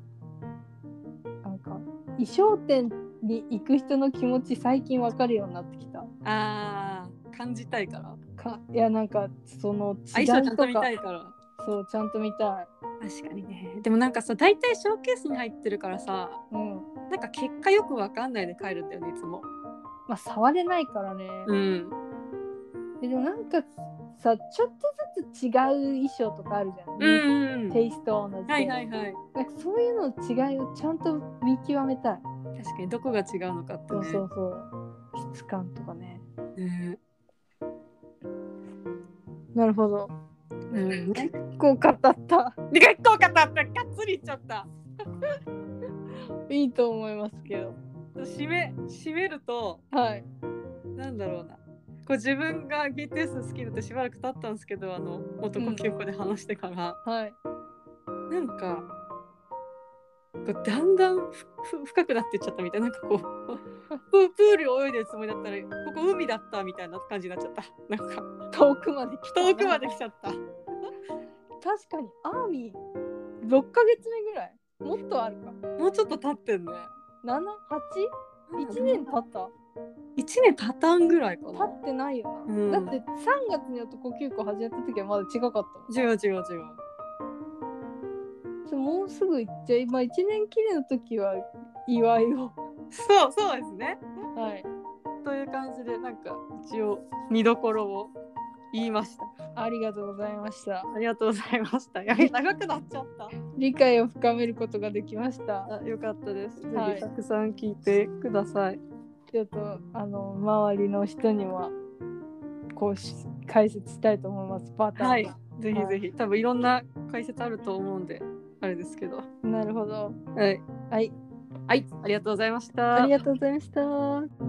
Speaker 2: うなんか衣装店に行く人の気持ち最近わかるようになってきた
Speaker 1: あー感じたいから
Speaker 2: かいやなんかその
Speaker 1: 相性
Speaker 2: 違
Speaker 1: ちゃん
Speaker 2: い
Speaker 1: と
Speaker 2: と
Speaker 1: 見
Speaker 2: か
Speaker 1: たいから
Speaker 2: そうちゃんと見たい
Speaker 1: 確かにねでもなんかさ大体ショーケースに入ってるからさ
Speaker 2: うん
Speaker 1: なんか結果よくわかんないで帰るんだよねいつも
Speaker 2: まあ触れないからね、
Speaker 1: うん
Speaker 2: えでもなんかさちょっとずつ違う衣装とかあるじゃん、
Speaker 1: うん
Speaker 2: テイストは同じで
Speaker 1: はいはいはい
Speaker 2: なんかそういうのの違いをちゃんと見極めたい、
Speaker 1: 確かにどこが違うのかって
Speaker 2: そう
Speaker 1: ね
Speaker 2: そうそう質感とかね
Speaker 1: ね
Speaker 2: なるほど
Speaker 1: うん 結
Speaker 2: 結構語った
Speaker 1: 構かったがっつりいっちゃった
Speaker 2: いいと思いますけど
Speaker 1: 締め締めると
Speaker 2: はい
Speaker 1: なんだろうなこう自分が BTS 好きになってしばらく経ったんですけどあの男9個で話してから、
Speaker 2: はい
Speaker 1: なんかこうだんだんふふ深くなってっちゃったみたいななんか こうププールを泳いでるつもりだったらここ海だったみたいな感じになっちゃったなんか
Speaker 2: 遠くまで来たな
Speaker 1: 遠くまで来ちゃった
Speaker 2: 確かにアーミー6ヶ月目ぐらいもっとあるか
Speaker 1: もうちょっと経ってんね
Speaker 2: 7?8?1
Speaker 1: 1
Speaker 2: 年経った
Speaker 1: 一年経たんぐらいか
Speaker 2: 経
Speaker 1: な
Speaker 2: ってないよな、
Speaker 1: うん
Speaker 2: だって3月に男9個始めた時はまだ違かったもん
Speaker 1: 違う違う違う
Speaker 2: ちょもうすぐ行っちゃい、まあ、1年記念の時は祝いを。
Speaker 1: そうそうですね
Speaker 2: はい。
Speaker 1: という感じでなんか一応見どころを言いました
Speaker 2: ありがとうございました。
Speaker 1: ありがとうございました。やべ長くなっちゃった。
Speaker 2: 理解を深めることができました。
Speaker 1: あよかったです。ぜ
Speaker 2: はい
Speaker 1: ひたくさん聞いてください。
Speaker 2: ちょっと、あの、周りの人には、こうし、解説したいと思います。パターン。
Speaker 1: はい。ぜひぜひ。多分いろんな解説あると思うんで、あれですけど。
Speaker 2: なるほど。
Speaker 1: はい。
Speaker 2: はい。
Speaker 1: はい。ありがとうございました。
Speaker 2: ありがとうございました。